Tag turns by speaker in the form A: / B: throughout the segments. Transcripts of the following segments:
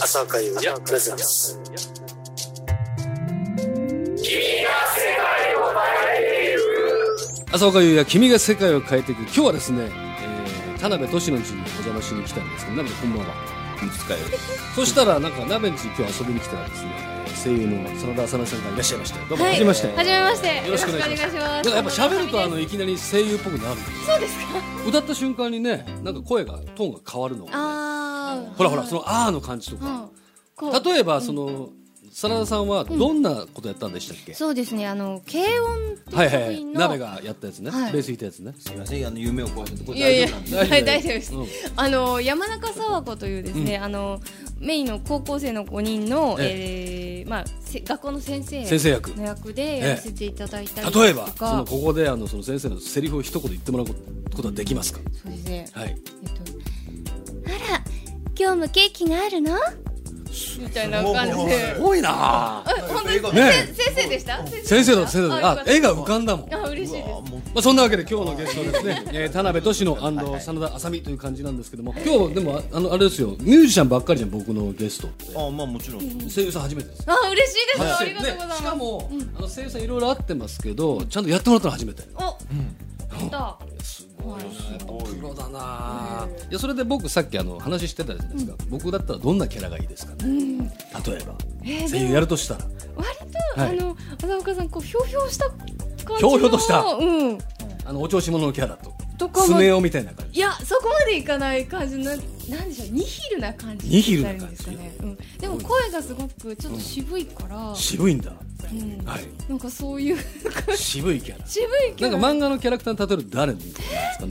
A: 朝会をプレゼンス
B: 朝岡優也君が世界を変えていく今日はですね、えー、田辺俊の家にお邪魔しに来たんですけど鍋ちゃんこんばんは
C: 使え る
B: そしたらなんか鍋ん家に今日遊びに来たらですね声優の真田浅菜さんがいらっしゃいましたどうも
D: はい
B: はじめまして、
D: はじめまして。よ
B: ろしくお願いします
D: ろくお願
B: なんかやっぱ喋るとあのいきなり声優っぽくなる
D: そうですか。
B: 歌った瞬間にねなんか声がトーンが変わるのが、ね、
D: ああ。
B: ほらほらその「あー」の感じと
D: う
B: か
D: ん。こう。
B: 例えばその真田さんはどんなことやったんでしたっけ、
D: そうですね。あの軽音って
B: はいいうは
D: 作
B: い
D: 品の。
B: 鍋がやったやつね、
D: はい
B: ベース弾いたやつね
C: すみませんあの夢を壊したとこ
D: いやいや
C: 大丈夫なんで
B: 大丈夫
D: はい大丈夫です
B: うん
D: あの山中沢子というですね、あのメインの高校生の5人の、えーまあ、せ学校の先生
B: 先生役
D: の役でやらせていただいたりとか、
B: 例えばそのここであのその先生のセリフを一言言ってもらうことはできますか
D: そうですね、
B: はい
D: えっと、あら今日もケーキがあるのみたいな感じで
B: 多いなあ
D: え本当ですか、
B: ね
D: せ先生でした
B: 先生だ先生だあ絵
D: え
B: が浮かんだもんま
D: あ嬉しいです
B: あそんなわけで今日のゲストはですね えー田辺俊野真田あさみという感じなんですけども今日でもあのあれですよミュージシャンばっかりじゃん僕のゲストって
C: あまあもちろん
B: 声優さん初めてです
D: あ嬉しいです、ありがとうございま
B: ね
D: す
B: しかもあの声優さんいろいろ会ってますけどちゃんとやってもらったの初めて
D: お、やった
B: すごいよねプロだなあいやそれで僕さっきあの話してたじゃないですか僕だったらどんなキャラがいいですかね例えば
D: えー
B: 声優やるとしたら
D: 割と、
B: はい
D: あの浅岡さんこうひょうひょうした感じの
B: ひょうひょうとした
D: うん
B: あのお調子者のキャラと
D: とかも
B: スネ夫みたいな感じ
D: いやそこまでいかない感じのなんなんでしょうニヒルな感じ
B: ニヒルな感じ
D: にったらいいんですかね、うん、でも声がすごくちょっと渋いから、
B: 渋いんだ
D: うん
B: はい
D: なんかそういう
B: 渋いキャラ
D: 渋いキ
B: な
D: ャ
B: ん
D: ラ
B: か
D: な
B: 漫
D: んだ
B: 画のキャラクターに例えると誰のことですか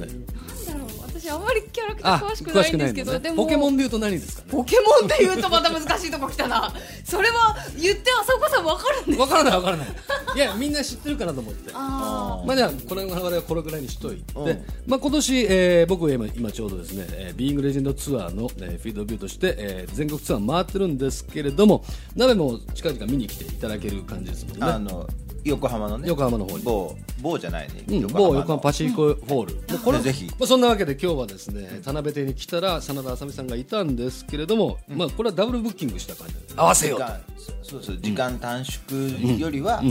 B: ね
D: ろう私あんまりキャラクター
B: あ
D: 詳しくないんですけ
B: のね
D: どでも
B: ポケモンで言うと何ですかね
D: ポケモンで言うとまた難しいとこ来たなそれは言って浅岡さんわかるんです
B: わからないわからないいやみんな知ってるかなと思って
D: あ
B: まあ、じゃあこの我々はこれぐらいにしといて、
C: うん
B: まあ、今年、えー僕は今今ちょうどですね、えー、ビーイングレジェンドツアーの、えーフィードビューとして、えー全国ツアー回ってるんですけれども鍋も近々見に来ていただける感じですもん
C: あ
B: ね
C: の横浜のね
B: 横浜の方に
C: 某某じゃないね
B: うん、
C: の
B: 某横浜パシフィコホール、でこれ
C: ぜひ
B: まあ、そんなわけで今日はですね田辺邸に来たら真田あさみさんがいたんですけれども、まあ、これはダブルブッキングした感じ合わせ
C: 時
B: ようと
C: 間そうそう時間短縮よりは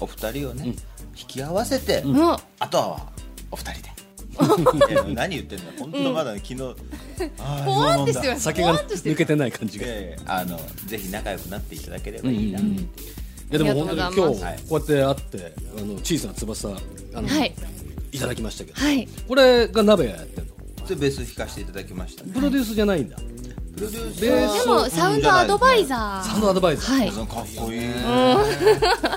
C: お二人をね引き合わせて
D: ーうん
C: あとはお 二人でいや何言ってんだ本当まだ昨日あー
D: ポワ
C: 飲
D: ンっ
C: ん
D: て
C: だ
D: してます
B: 酒
D: ポ
B: が
D: ワンってして
B: 抜
D: る
B: けてない感じ
C: い
B: が。
C: やいやあのぜひ仲良くなっていただければいいなって
B: いやでも本当に
D: あ
B: 今
D: り
B: 日
D: がとう
B: こ
D: ご
B: う
D: ざ
B: や
C: います
B: って会ってあの小さな翼あの、
D: はい
B: い、ただきましたけど、
D: はい
B: これが鍋やってんの
C: でベース弾かせていただきました
B: プロデュースじゃないんだ、
C: プロデュース
B: ベー
D: で
B: ス
D: もサウンドアドバイ
C: ー
D: ザ
B: サウン
D: ー
B: ドアドバイザー、
D: はい
C: かっこいい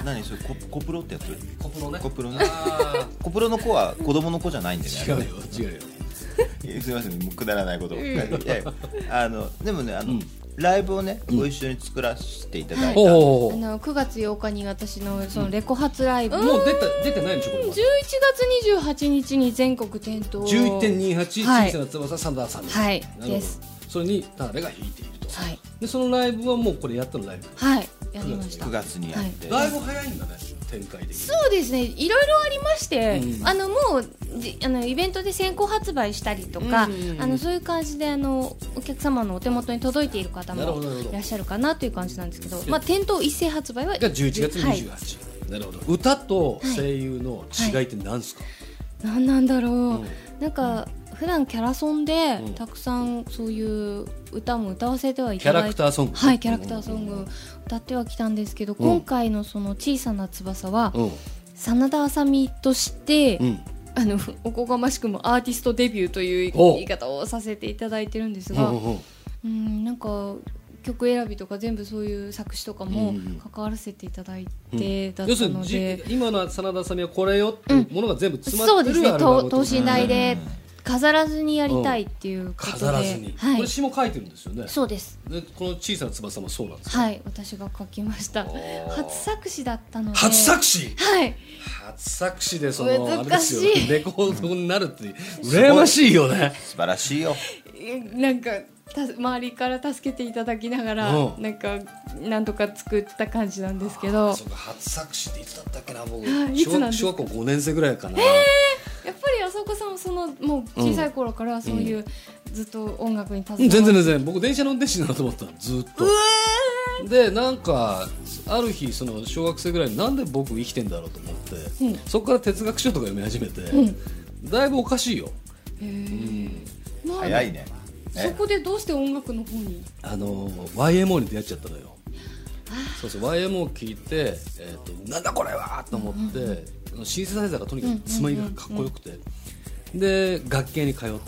C: 何それココプロってやつ
B: コプロね
C: コプロねコプロの子は子供の子じゃないんだ
B: 違う
C: よね
B: よ違うよ
C: いやすみませんもうくだらないことをいやいやあのでもねあの、ライブをねご一緒に作らせていただいた、
B: お
D: あ
B: お
D: の9月8日に私のそのレコ発ライブ、
B: もう出た出てないんでしょこれ
D: 11
B: まだ
D: 月28日に全国点灯
B: 11.28
D: はい
B: 小さな翼サンダーさん
D: はい
B: なるほ
D: で
B: ど
D: す
B: それにタナベが弾いていると
D: はい
B: でそのライブはもうこれやったのライブ
D: はいやりました
C: 9月にやって、
B: だいぶ早いんだね展開的に
D: そうですねいろいろありまして、あのもうじあのイベントで先行発売したりとか、あのそういう感じであのお客様のお手元に届いている方
B: なるほ
D: も
B: どなるほど
D: いらっしゃるかなという感じなんですけど、まあ、店頭一斉発売は
B: が11月
D: はい
B: 28、なるほど歌と声優の違いって何すか、
D: なんなんだろう、なんか普段キャラソンで、たくさんそういう歌も歌わせてはいただ
B: キャラ
D: い
B: クターソング
D: はいキャラクターソング歌ってはきたんですけど、今回のその小さな翼は、
B: うん
D: 真田あさみとして、
B: うん
D: あのおこがましくもアーティストデビューという
B: お
D: 言い方をさせていただいてるんですが、うんなんか曲選びとか全部そういう作詞とかも関わらせていただいてだっ
B: 要す
D: た
B: るに
D: の
B: じ
D: で、
B: 今の真田さんにはこれよっていうものが全部詰
D: そ
B: まっ
D: う
B: て
D: で
B: る
D: す
B: アル
D: ね
B: バムと
D: と等身大で飾らずにやりたいっていうことで、
B: 飾らずに、
D: は
B: こ
D: い
B: れ、詞も書いてるんですよね
D: そうです
B: でこの小さな翼もそうなんですよ
D: はい私が書きました初作詞だったので
B: 初作詞
D: はい
B: 初作詞でそのあれで
D: 難
B: す
D: し
B: よ
D: い
B: レコードになる って羨ましいよね
C: 素晴らしいよ
D: えなんかた周りから助けていただきながら、
B: うん
D: なんかなんとか作った感じなんですけど
B: そうか初作詞っていつだったっけな僕
D: はいいつ
B: 小
D: な
B: 学
D: んです
B: 小学校5年生ぐらいかな、
D: やっぱりあそこさんもそのもう小さい頃からそういう、ずっと音楽に携わ
B: うん
D: って
B: 全然全然僕電車の運転手になると思ってたのずっとでなんかある日その小学生ぐらいになんで僕生きてんだろうと思って、
D: うん
B: そこから哲学書とか読み始めて、だいぶおかしいよ
D: へーまあ
C: 早いね
D: そ
C: ね
D: こでどうして音楽の方に
B: あの YMO に出会っちゃったのよそうそう YMO 聞いて、えー、となんだこれはと思って、シンセサイザーがとにかくつまみがかっこよくて、で楽器屋に通って、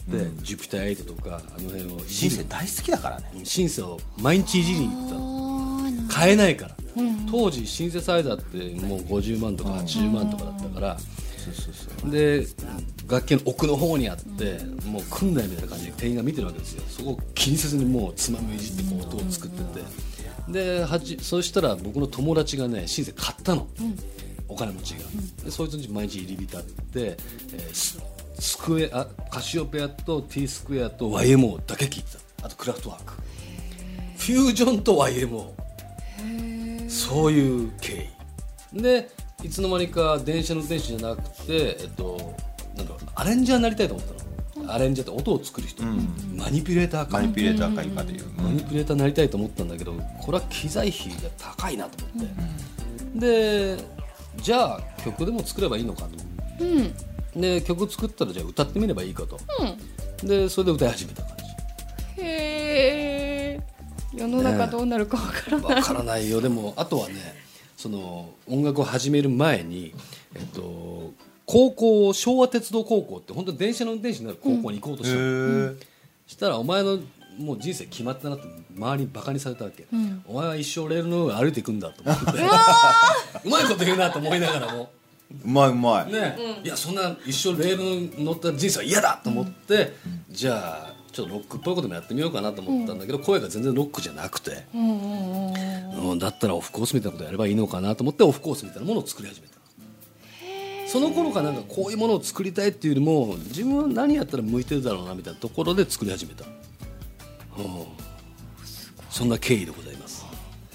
B: ジュピター8とかあの辺をいじ
C: 人
B: り
C: 生大好きだからね
B: シンセを毎日いじりに行ってたの
D: あー
B: 買えないから、当時シンセサイザーってもう50万とか80万とかだったから、
C: そうそうそう
B: で楽器の奥の方にあって、もう組んだみたいな感じで店員が見てるわけですよそこを気にせずにもうつまみをいじってこう音を作ってて、ではちそしたら僕の友達がねシンセ買ったの、お金持ちが、でそいつに毎日入り浸って、えーススクエアカシオペアと T スクエアと YMO だけ聞いてたあとクラフトワークフュージョンと YMO そういう経緯でいつの間にか電車の運転手じゃなくて、えっと、なんだろうアレンジャーになりたいと思ったのアレンジャーって音を作る人、マニピュレーターか
C: マニピュレーターかいかという、
B: マニピュレーターになりたいと思ったんだけどこれは機材費が高いなと思って、でじゃあ曲でも作ればいいのかと
D: うんうん
B: で曲作ったらじゃあ歌ってみればいいかとでそれで歌い始めた感じ
D: へえ世の中どうなるかわからない、
B: わからないよでもあとはねその音楽を始める前に、えっと、高校を昭和鉄道高校って本当に電車の運転手になる高校に行こうとしたの、
C: へえ
B: したらお前のもう人生決まったなって周りにバカにされたわけ、
D: ん
B: お前は一生レールの上を歩いていくんだと思って うまいこと言うなと思いながらも。
C: うまいうまい、
B: ねいやそんな一生レールに乗った人生は嫌だと思って、じゃあちょっとロックっぽいこともやってみようかなと思ったんだけど、声が全然ロックじゃなくて、
D: うんうんうん、
B: うん、だったらオフコースみたいなことやればいいのかなと思ってオフコースみたいなものを作り始めたその頃からなんかこういうものを作りたいっていうよりも自分は何やったら向いてるだろうなみたいなところで作り始めた、うん、そんな経緯でございます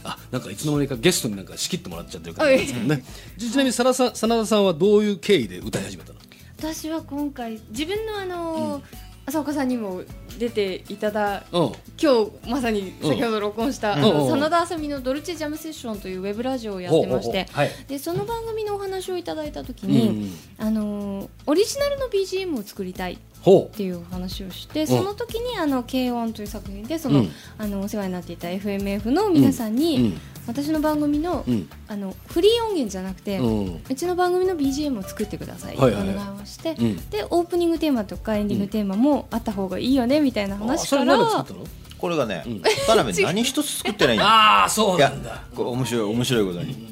B: あなんかいつの間にかゲストになんか仕切ってもらっちゃってる感じなんですけどねちちなみにさらさ真田さんはどういう経緯で歌い始めたの
D: 私は今回自分のあのー浅岡さんにも出ていただ
B: うん
D: 今日まさに先ほど録音した、あの
B: うん
D: 真田あさみの「ドルチェジャムセッション」というウェブラジオをやってまし
B: ほうほう
D: て
B: ほうはい
D: でその番組のお話をいただいた時
B: うんう
D: に
B: ん、
D: あのーオリジナルの BGM を作りたい
B: ほ
D: っていうお話をしてその時に「あの軽音」という作品でその、
B: うん
D: あのお世話になっていた FMF の皆さんに、
B: うんうん
D: 私の番組の,、
B: うん
D: あのフリー音源じゃなくて、
B: う、うん、
D: うちの番組の BGM を作ってください
B: は
D: お
B: いはいはい
D: 願いをして、
B: うん
D: でオープニングテーマとかエンディングテーマもあった方がいいよねみたいな
B: あ
D: 話
B: そ
D: か
B: れ
D: ら、
B: 何で作ったの
C: これがね、田辺何一つ作ってないんだ
B: ああそう
C: い
B: な
C: や
B: んだ
C: これ面白い面白いことに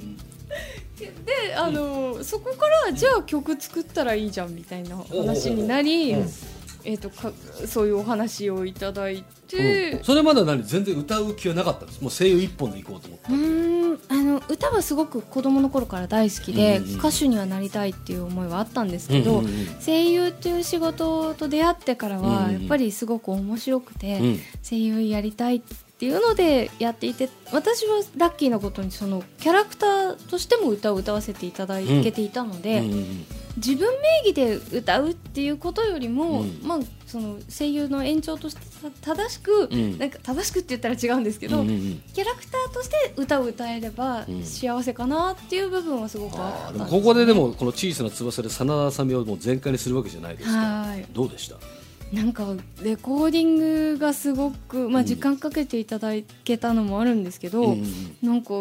D: であの、そこからじゃあ曲作ったらいいじゃんみたいな話になり、えー、とかそういうお話をいただいて。
B: うんそれまでは何全然歌う気はなかったんですもう声優一本で行こうと思って
D: うーんあの歌はすごく子供の頃から大好きで、
B: うんうん
D: 歌手にはなりたいっていう思いはあったんですけど、
B: うんうんうん
D: 声優という仕事と出会ってから
B: うん
D: は
B: うん
D: やっぱりすごく面白くて、
B: うん
D: 声優やりたいっていうのでやっていて私はラッキーなことにそのキャラクターとしても歌を歌わせていただけていたので、
B: うんうんうん
D: 自分名義で歌うっていうことよりも、
B: うん
D: まあ、その声優の延長としてた正しく、
B: うん
D: なんか正しくって言ったら違うんですけど、
B: うんうんうん
D: キャラクターとして歌を歌えれば
B: うん
D: 幸せかなっていう部分はすごくあ
B: あ
D: っ
B: で
D: た
B: もこ
D: ん
B: こででもこの小さな翼で真田麻美をもう全開にするわけじゃないですから
D: はい
B: どうでした
D: なんかレコーディングがすごく、まあ、時間かけていただけたのもあるんですけど、
B: うんうんうん
D: なんか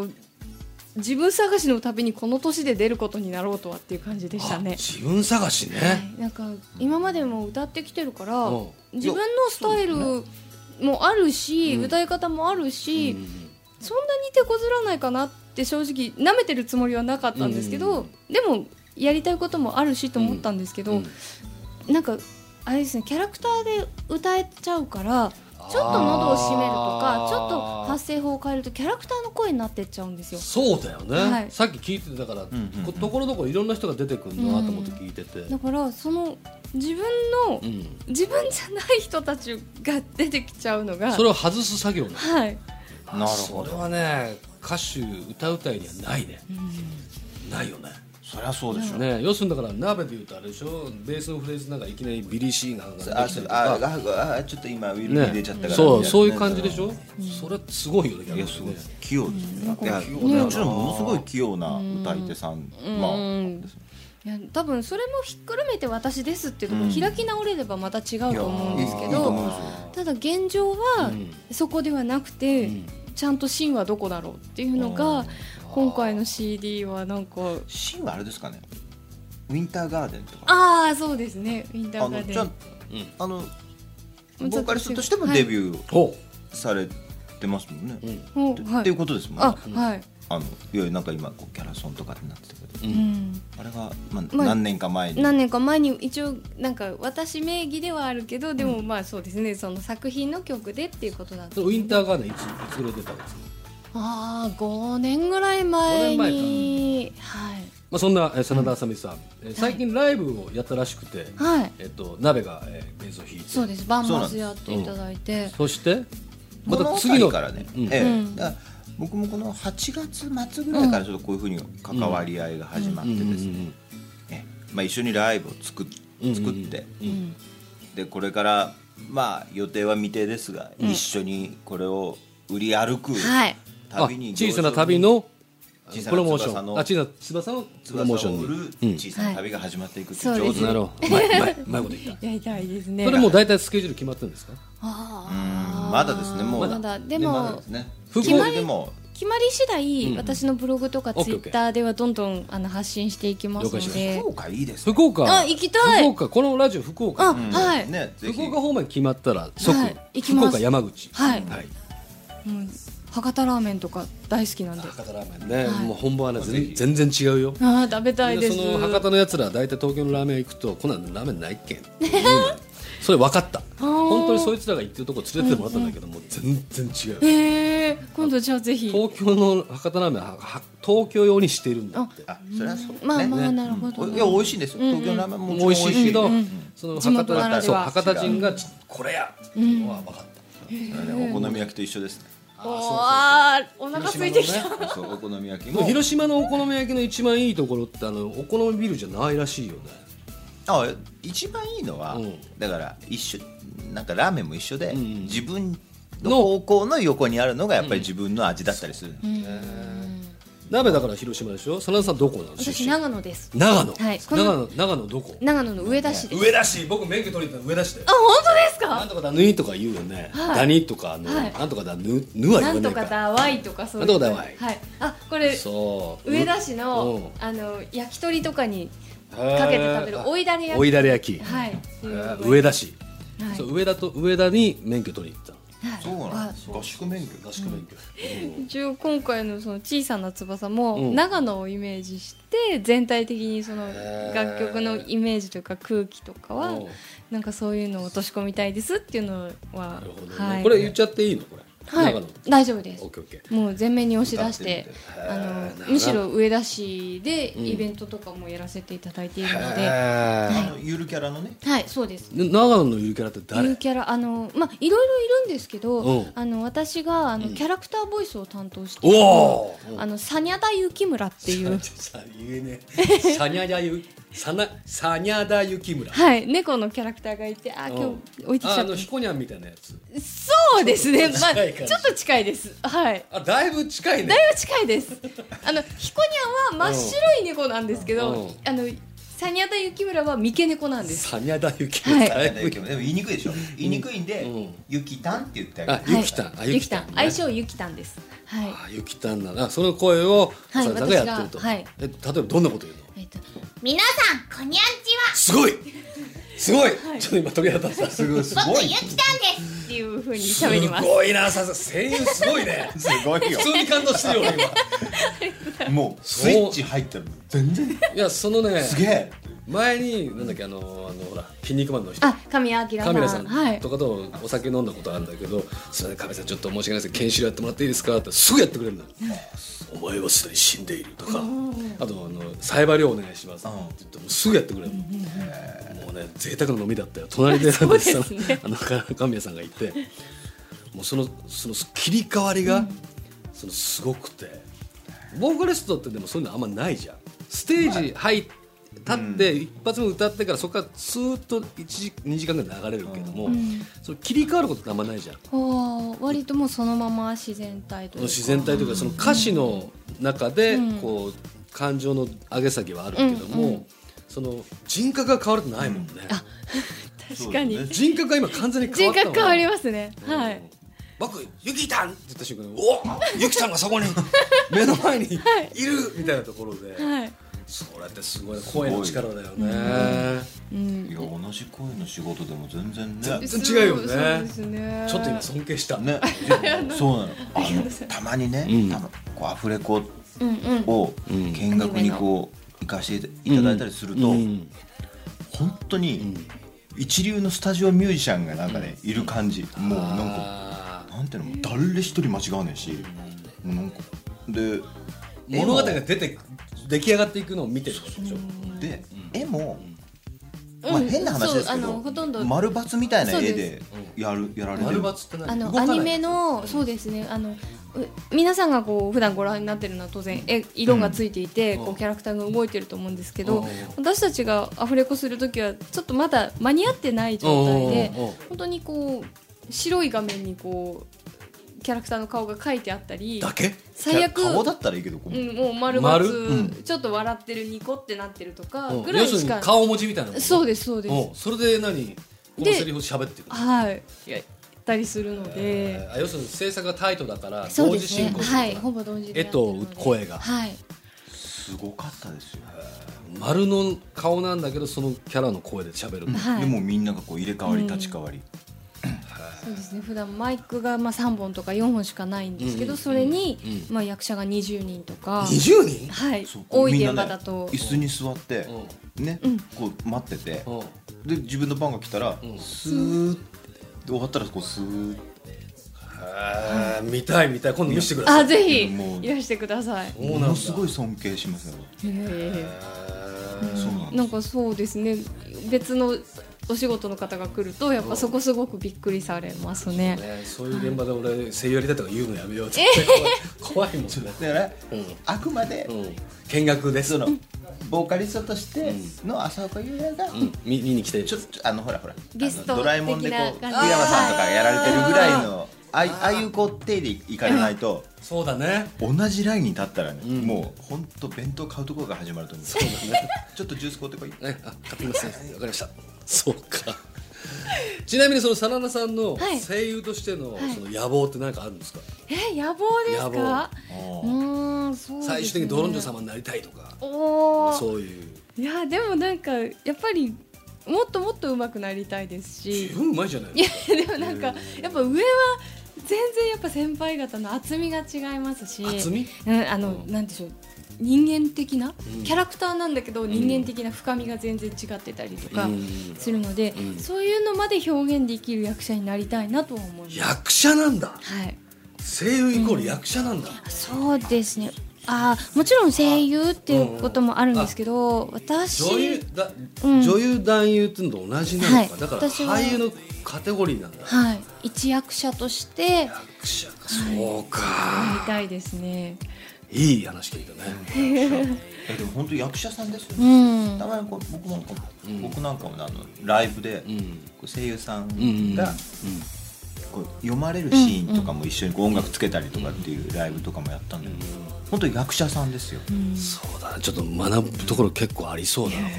D: 自分探しの旅にこの年で出ることになろうとはっていう感じでした
B: あ
D: ね。
B: 自分探しね
D: なんか今までも歌ってきてるから、
B: うん
D: 自分のスタイルもあるし、歌い方もあるし、
B: うん
D: そんなに手こずらないかなって正直舐めてるつもりはなかったんですけど、でもやりたいこともあるしと思ったんですけ
B: う
D: ど、
B: ん
D: なんかあれですねキャラクターで歌えちゃうからちょっと喉を締めると
B: あ
D: か
B: ー
D: ちょっと発声法を変えるとキャラクターの声になってっちゃうんですよ。
B: そうだよ
D: は
B: ね
D: い
B: さっき聞いてたから
C: んうんうん
B: こうところどころいろんな人が出てくるなと思って聞いてて
D: だからその自分の
B: うん
D: 自分じゃない人たちが出てきちゃうのが
B: それを外す作業なの
D: はい
C: なるほ
B: それ
C: ど
B: はね歌手歌うたいにはないねないよね
C: そりゃそうでしょ、
B: ね、要するにだから鍋で言うとあれでしょベースのフレーズなんかいきなりビリー・シーガンが出てきた
C: あ
B: り
C: そ
B: と
C: う
B: か
C: あああちょっと今ウィルに出ちゃったから、
B: ね、そうそういう感じでし
C: ょ
B: ょ、それはすごいよね逆
C: い
B: に
C: や
B: ね
C: すごいです器用ですねいやもちろんものすごい器用な歌い手さんまあです
D: いや多分それもひっくるめて私ですっていうところ開き直れればまた違うと思うんですけ
C: いやいいと
D: ど
C: 思うんですよ
D: ただ現状はそこではなくて、ちゃんと芯はどこだろうっていうの
C: う
D: が
C: ん
D: 今回の CD はなんか
C: シーンはあれですかねウィンターガーデンとか
D: ああそうですねウィンターガ
C: の
D: ーデ
C: ちゃん
D: ン
C: あの
D: うん
C: ボーカリストとしてもデビュー
B: お
C: されてますもんね、っ
D: も
C: て
D: うは
C: っていう
D: い
C: ことですもんね
D: あはい
C: あのいわゆるなんか今こうキャラソンとかってなってたけど、
D: うん
C: あれが、まあ、
D: まあ
C: 何年か前に、
D: 何年か前に一応なんか私名義ではあるけどでもまあそうですねその作品の曲でっていうことだった
B: ウィンターガーデンいついつぐらい出たんですか、
D: ああ5年ぐらい前
B: 五
D: にはい
B: まあ、そんなえー真田あさみさん、えー最近ライブをやったらしくて、
D: はい
B: えっと、鍋が、えー、ベースを弾いて
D: そうですバンバスやっていただいて
B: そしてま
C: こ
B: た
C: の
B: 次
C: 次
B: の
C: からね、
B: うん
C: ええ
D: うん
C: だから僕もこの8月末ぐらいからちょっとこういうふうに関わり合いが始まってですね、ええまあ、一緒にライブを作っ
B: うんうんうん
C: 作って、
D: うん
C: でこれからまあ予定は未定ですが、一緒にこれを売り歩く
D: はい
C: 旅に、
B: あ小さな旅の
C: 小さな
B: プロモーショ
C: 翼
B: ン
C: の
B: あ小さな翼のプロモーシ
C: 翼
B: ョ
C: を売る
B: ンに、
C: 小さな旅が始まっていくって
D: はい
C: 上手
D: そ
B: うん、な
D: うで
B: るほどうまいうまいうまいこと 言っ
D: やりたいです
B: た
D: ね
B: それもう大体スケジュール決まってるんですか
D: あ
C: う
D: ー
C: んまだですねもう
D: まだで
C: ねまだ
D: も
C: ですね
B: 復
D: 興
C: それでも
D: 決まり次第私のブログとか
B: オッ
D: ツ
B: ケ
D: イ
B: ーオッケー
D: ッターではどんどんあの発信していきますの
B: 了解し
D: で
C: 福岡いいですね
B: 福岡
D: あ行きたい
B: 福岡このラジオ福
D: あ
B: 岡
D: はい
C: ねぜひ
B: 福岡方面決まったら即、
D: はい行き
B: 福
D: ます
B: 岡山口
D: はい
B: はい、
D: もう博多ラーメンとか大好きなんで
B: 博多ラーメンね、
D: はい
B: もう本場はね全全然違うよ
D: あー食べたいです
B: その博多のやつら大体東京のラーメン屋行くとこんなんラーメンないっ けんって言うのよそれ分かった本当にそいつらが行ってるとこ連れてってもらったんだけど、もう全然違う
D: へえ今度じゃあぜひ
B: 東京の博多ラーメンはは東京用にしてるんだって
C: あそれはそう
D: まあまあ
C: ね
D: なるほど
C: いや美味しいんですよ東京のラーメンもちろん
B: 美味しいけど、
C: 美味し
B: その
D: 地
B: 博
D: 元な
B: 多
D: らで
B: そう
D: は
B: 博多人がちこれやっていうのは分かった、
C: いそれねお好み焼きと一緒ですね
D: あーお腹空いてきた
B: 広島のね
C: そうお好み焼き
B: でも
C: も
B: 広島のお好み焼きの一番いいところってあのお好みビルじゃないらしいよね
C: あ一番いいのは
B: うん
C: だから一緒なんかラーメンも一緒で
B: ん
C: 自分の
B: の
C: 方向の横にあるのがやっぱり自分の味だったりする
B: 鍋だから広島でしょ真田さんどこなの
D: 私長野です
B: 長野、
D: はいこ
B: 長
D: の
B: 野長野どこ
D: 長野の上田市です
B: 上田市僕免許取りに行ったの上田市で
D: あ本当です
B: なん
D: か
B: とかだぬいとか言うよね、
D: はい
B: ダニとかあの、
D: はい
B: なんとかだぬぬは言
D: な
B: わ
D: ん
B: な
D: と
B: いか
D: からだわいとかそういう
B: なんとかだわい
D: はいあこれ
B: そう
D: 上田市
B: うん
D: のあの焼き鳥とかにかけて食べるおいだれ
B: おい
D: 焼き
B: だれ焼き、
D: はいっていうのが
B: えー上田市、
D: はい
B: そう上田と上田に免許取りに行ったの
D: はい
C: そうなん
D: が
C: です合宿免許
B: 合宿免許、
D: 一応今回のその小さな翼も
B: うん
D: 長野をイメージして全体的にその楽曲のイメージというか空気とかは
B: おう
D: なんかそういうのを落とし込みたいですっていうのは
B: なるほどね、
D: はい
B: これ言っちゃっていいのこれ、
D: はい
B: 長野オ
D: 大丈夫です
B: ッケーオッケー
D: もう全面に押し出して
C: 歌って
D: あ
B: へー
D: のむしろ上田市でイベントとかもやらせていただいているので、
C: あのゆるキャラのね
D: はいそうです
B: で長野のゆるキャラって
D: いう
B: 誰
D: キャラあのまあいろいろいるんですけ
B: う
D: ど
B: ん
D: あの私があのキャラクターボイスを担当している
B: おお
D: あのサニャダ雪村っていう
B: さ言えねえサニャダユ サナサニャダユキムラ
D: はい猫のキャラクターがいてあー今日置いてきち
B: あ
D: ゃ
B: あ
D: っ
B: の
D: た
B: ひこにゃんみたいなやつ
D: そうですねまあ
B: 近い感じ
D: ちょっと近いですはい
B: あだいぶ近いね
D: だいぶ近いです。あのヒコニャンは真っ白い猫なんですけ
B: うんうん
D: ど、あのサニアタ雪村は三毛猫なんです。
B: サニャダユキ
D: は
B: ム
D: い
B: ラだいぶ
C: でも言いにくいでしょ言いにくいんで
B: うん
C: 「ゆきたん」って言ってあげ
B: あ
C: る
D: はい
B: ゆきたんあ
D: ゆきた
B: ゆきた
D: ん
B: んね
D: 愛称ゆきたんです。はい。
B: あゆきたんならその声を
D: はい
B: さだがやってると、
D: 私がはい
B: え例えばどんなこと言うの
D: えっと
E: 皆さんこんにゃんちは
B: すごいすごい、ちょっと今鳥肌立ったすごいす
E: 僕ゆきたんです
D: っていう風に喋ります。
B: ごいなさす声優すごいね
C: すごいよ
B: 普通に感動してるよ 俺
C: もうスイッチ入ったの全然
B: 今いやそのね
C: すげえ
B: 前になんだっけあのあのほら筋肉マンの人
D: あ、神谷明さ
B: カ
D: ん。
B: メラさん
D: はい
B: と。かとお酒飲んだことあるんだけど「すいませんカメラさんちょっと申し訳ないですけど研修やってもらっていいですか?」ってすぐやってくれるんだよ「お前はすでに死んでいる」とかあとあの「サイバー量お願いします」って言ってもうすぐやってくれるのもうね贅沢な飲みだったよ隣で
D: そうですね
B: なんかそのあの神谷さんがいてもうそのその切り替わりがそのすごくてボーカリストってでもそういうのあんまないじゃんステージ入って立って一発目歌ってからそこからスーッと1時2時間ぐらい流れるけども、その切り替わることってあんまないじゃん
D: ほう割ともうそのまま自然体というか
B: 自然体というかその歌詞の中で
D: うん
B: こう感情の上げ下げはあるけども、
D: うんうん
B: その人格が変わるってないもんね、
D: 確かに、
C: そうだね
B: 人格が今完全に変
D: 人
B: わったもん
D: 格変わりますねはい
B: 僕ユキたんって言った瞬間におおユキたんがそこに目の前にいるみたいなところで、
D: はい
B: それってすごい声の力だよね、
C: いや同じ声の仕事でも全然ね
B: 全然違うよね
D: そうですね
B: ちょっと今尊敬した、
C: ね、そうなの。 あのたまにね、
B: うん
C: たまこうアフレコ
D: うんうん
C: を
B: ん
C: 見学にこう行かせていただいたりすると、
B: うん
C: 本当に一流のスタジオミュージシャンがなんかね、いる感じ。もうなんか
B: あ
C: なんていうのもう誰一人間違わないし、もうなんかで
B: ー物語が出て出来上がっていくのを見てることでしょ
C: で絵も。
D: うん
C: まあ、変な話ですけ
D: そうあ
C: ど
D: のほとんど
C: 丸×みたいな絵
D: そう
C: で
D: で
C: やるやられて
B: 丸
C: る
B: 抜って何
D: あ
B: 動
D: の
B: か
D: ア
B: ない
D: ニメのそうですねあのう皆さんがこう普段ご覧になってるのは当然え色がついていて、
B: うん
D: こうキャラクターが動いてると思うんですけ
B: う
D: ど
B: ん
D: 私たちがアフレコする時はちょっとまだ間に合ってない状態で
B: うんうんうん
D: 本当にこう白い画面にこうキャラクターの顔が描いてあったり
B: だけ
D: 最悪
C: 顔だったらいいけどこ
D: う
C: の
D: ん、もう丸
B: 丸
D: 抜きちょっと笑ってるニコってなってるとか
B: うん
D: ぐら
B: 要
D: い
B: する
D: し
B: に
D: か
B: 顔文字みたいなもん
D: そうですそうです
B: うんそれで何この
D: で
B: セリフ喋ってくる
D: はいやったりするので
B: あ要するに制作がタイトだから
D: そう
B: 同
D: で
B: 時
D: す
B: 進
D: ね
B: 行するから
D: はいほぼ同時で
B: 絵
D: やってる
B: と
D: ので
B: 声が
D: はい
C: すごかったですよ、
B: 丸の顔なんだけどそのキャラの声で喋る、
D: はい
C: でもうみんながこう入れ替わり立ち替わり、
D: そうですね普段マイクがまあ3本とか4本しかないんですけど、
B: うん
D: それに、
B: う
D: まあ、役者が20人とか、
B: 20人
D: はい
C: そう、こう
D: 多い
C: みん
D: 現
C: な
D: 場
C: ね
D: だと
C: 椅子に座って、ね、こう待ってて、
B: うん
C: で自分の番が来たら、スーッてで終わったらこうスーッて
B: へー見たい見たい今度見せてください
D: あぜひ
C: もう
D: いらしてください
B: そう
C: も
B: なんだ
C: のすごい尊敬しますよ、
D: へ
C: そうなん
D: え
C: で
D: な
C: す
D: んかそうですね別のお仕事の方が来るとやっぱそこすごくびっくりされますね
B: ねそういう現場で俺声優やりたいとか言うのやめようって怖い怖いもんね
C: だから、
B: うん
C: あくまで、
B: うん見学です
C: そのボーカリストとしての浅岡優也が、
B: うん見見に来て
C: ちょっとあのほらほら
D: ゲスト
C: あのドラえもんでこ
D: 的
C: う福
D: な
C: 山
D: 感じ
C: さんとかやられてるぐらいのあいああいうこう手でいかれないと
B: そうだね
C: 同じラインに立ったらね、もう本当弁当買うところが始まると思うちょっとジュース買うてこい
B: ね、あ、買ってきますね。わかりました。そうか。ちなみにそのサナナさんの
D: はい
B: 声優としての
D: はい
B: その野望って何かあるんですか。
D: え野望ですかうーんそうですね
B: 最終的にドロンジョ様になりたいとか、
D: おー
B: そういう。
D: いやでもなんかやっぱりもっともっと上手くなりたいですし
B: 十分うまいじゃない
D: い
B: で
D: や
B: すか。
D: でもなんかやっぱ上は全然やっぱ先輩方の厚みが違いますし
B: 厚み
D: うん、あの、なんでしょう人間的な、
B: うん
D: キャラクターなんだけど人間的な深みが全然違ってたりとか
B: うん
D: するので、
B: うん
D: そういうのまで表現できる役者になりたいなとは思います。
B: 役者なんだ。
D: はい
B: 声優イコール役者なんだ。
D: そうですねあーもちろん声優っていうこともあるんですけど、私
B: 女優だ、
D: うん
B: 女優男優っていうのと同じなのか、
D: はい
B: だから
D: 私は
B: 俳優のカテゴリーなんだ。
D: はい、一役者としてや
B: 役者か。そうか。
D: りたいですね。
B: いい話聞いたね。
C: えでも本当役者さんですよ
D: う
C: ね、
D: ん、
C: たまにこう僕なんかも、僕なんかもねあのライブで、
B: うん。
C: こう声優さ
B: うんうんうん
C: んがこう読まれるシーンとかも一緒にこう音楽つけたりとかっていうライブとかもやったんだけど、本当役者さんですよ、
B: そうだね。ちょっと学ぶところ結構ありそうだなこ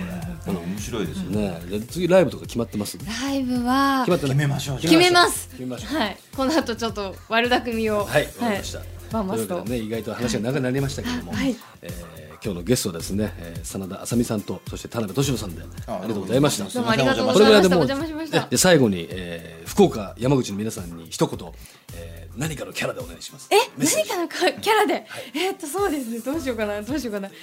B: れ。
C: これ面白いですよね、
B: ねえで次ライブとか決まってます決
D: ライブは
B: まってない
C: 決めましょうじゃあ
D: 決めます
B: 決めましょう
D: はいこの後ちょっと悪巧みを
B: はいわかりました、
D: バンバス
B: という
D: と
B: わけでね意外と話が長くなりましたけども、
D: はい
B: えー今日のゲストはですね、えー、真田あさみさんとそして田辺俊郎さんであ
C: あ
B: りがとうございました
D: どうもありがとうご
B: こ
D: ざ
B: れ
D: い
B: ぐら
D: ま
B: い
D: し
B: で
D: た
B: もう
D: お邪魔しました
B: で最後に、えー、福岡山口の皆さんに一言、えー、何かのキャラでお願いします
D: え
B: メッセー
D: 何
B: ジ
D: かのかキャラでえーっとそうですねどうしようかなどうしようかなちょ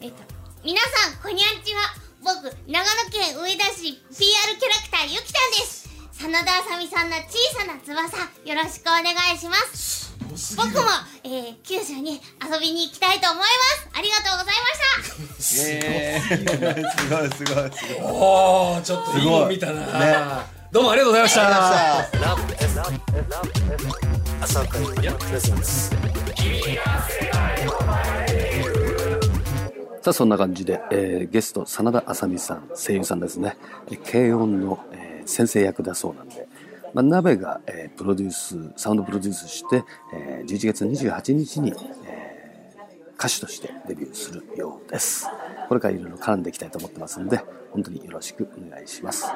E: えっと、皆さん、こにゃんちは、僕、長野県上田市 PR キャラクターゆきたんです。真田あさみさんの小さな翼、よろしくお願いします。
B: 多すぎ
E: 僕
B: る
E: も、えー、九州に遊びに行きたいと思います。ありがとうございました。
C: イエーイ すごいすごいすごい
B: おーちょっといいの見たな、どうもありがとうございました
A: 朝会プレゼンツ
B: さあそんな感じで、えーゲスト真田麻美さん声優さんですねえー軽音の、えー先生役だそうなんで、まあ、鍋が、えープロデュースサウンドプロデュースして、えー11月28日に、えー歌手としてデビューするようですこれからいろいろ絡んでいきたいと思ってますんで本当によろしくお願いします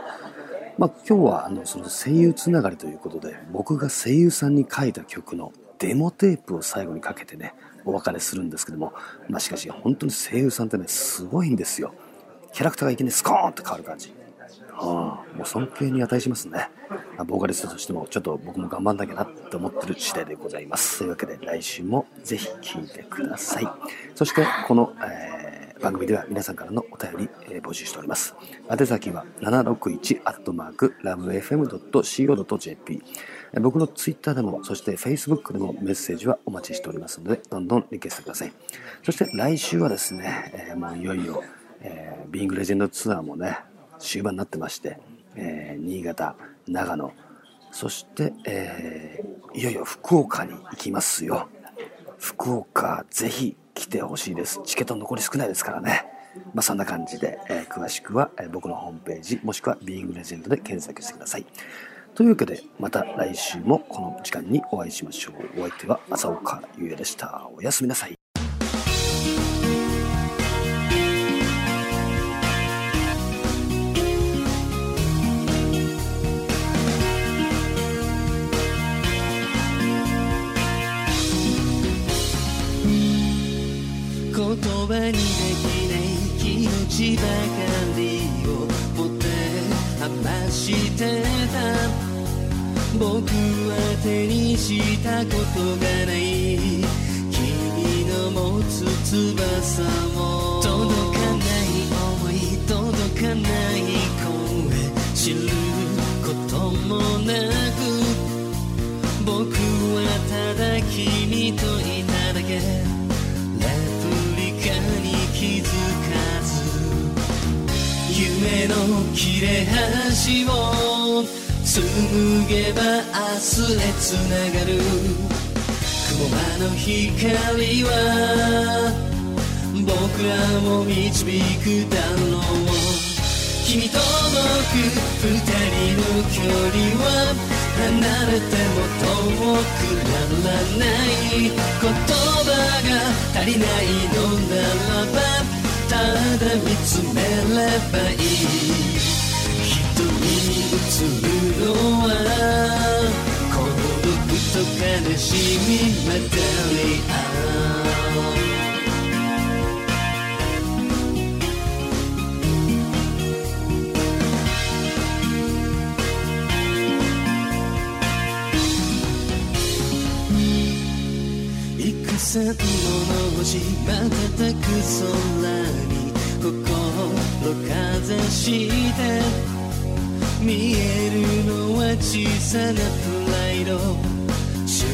B: まあ、今日はあのその声優つながりということで僕が声優さんに書いた曲のデモテープを最後にかけてねお別れするんですけども、まあ、しかし本当に声優さんってねすごいんですよキャラクターがいきなりスコーンって変わる感じああもう尊敬に値しますねまあボーカリストとしてもちょっと僕も頑張んなきゃなって思ってる次第でございますというわけで来週もぜひ聴いてくださいそしてこの、えー番組では皆さんからのお便り、えー募集しております宛先は761アットマークラブ FM.co.jp えー僕のツイッターでもそして Facebook でもメッセージはお待ちしておりますのでどんどんリクエストくださいそして来週はですね、えーもういよいよ、えービーイングレジェンドツアーもね終盤になってまして、えー新潟長野そして、えーいよいよ福岡に行きますよ福岡ぜひ来てほしいですチケット残り少ないですからねまあそんな感じで、えー詳しくは、えー僕のホームページもしくは「ビーイングレジェンド」で検索してくださいというわけでまた来週もこの時間にお会いしましょうお相手は朝岡優也でしたおやすみなさい
F: 言葉にできない気持ちばかりを持って話してた僕は手にしたことがない君の持つ翼も届かない思い届かない声知ることもなく僕はただ君といただけレプリカに気づかず夢の切れ端を紡げば明日へつながる雲間の光は僕らも導くだろう君と僕二人の距離は離れても遠くならない言葉が足りないのならばただ見つめればいい瞳に映るのは孤独と悲しみまたり合う幾千もの星瞬く空に心風して見えるのは小さなプライド執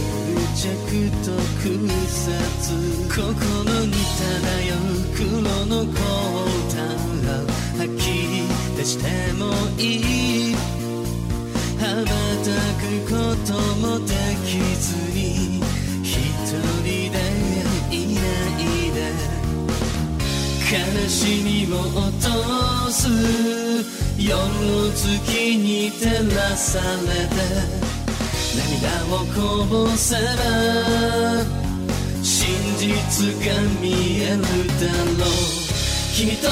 F: 着と空撮心に漂う黒の光沢吐き出してもいい羽ばたくこともできずに一人でいないで悲しみを落とす夜の月に照らされて涙をこぼせば真実が見えるだろう君と僕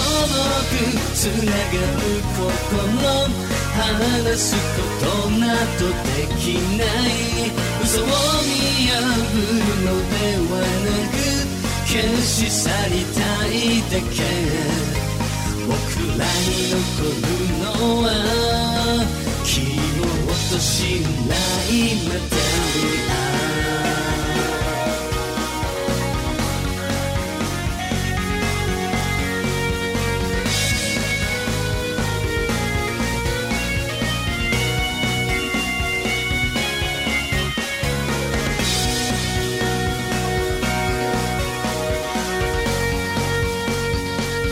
F: つながる心話すことなどできない嘘を見破るのではなく消し去りたいだけ僕らに残るのは気を落としないまたに会う「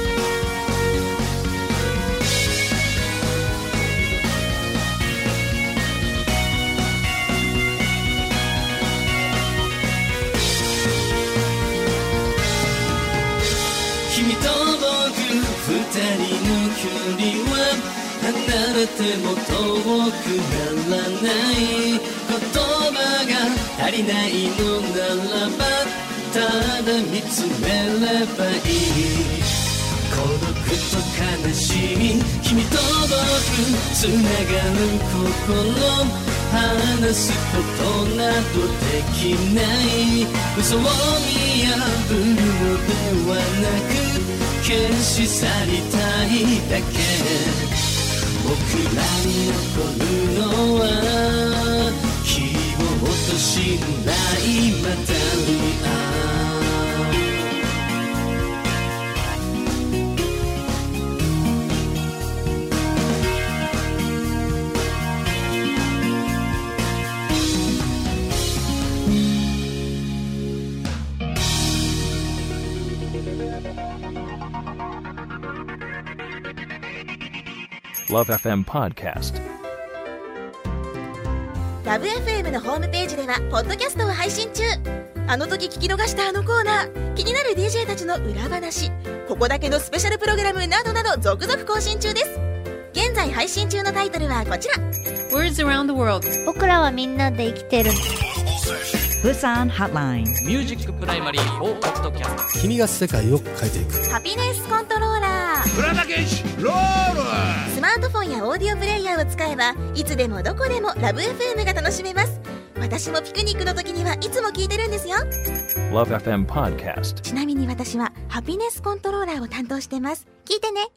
F: 距離は離れても遠くならない言葉が足りないのならばただ見つめればいい孤独と悲しみ君と僕つながる心話すことなどできない嘘を見破るのではなく消し去りたいだけ僕らに残るのは希望と信頼またに愛
G: ラブ f m Podcast
E: ラブ f m のホームページではポッドキャストを配信中あの時聞き逃したあのコーナー気になる DJ たちの裏話ここだけのスペシャルプログラムなどなど続々更新中です現在配信中のタイトルはこちら
D: Words around the world.
H: 僕らはみんなで生きてる
I: Busan Hotline.
F: ミュージックプライマリーフォーカットキャス
B: 君が世界を変えていく
E: ハピネスコントローラースマートフォンやオーディオプレイヤーを使えばいつでもどこでもラブ f m が楽しめます私もピクニックの時にはいつも聞いてるんですよ
G: Love FM Podcast
E: ちなみに私はハピネスコントローラーを担当してます聞いてね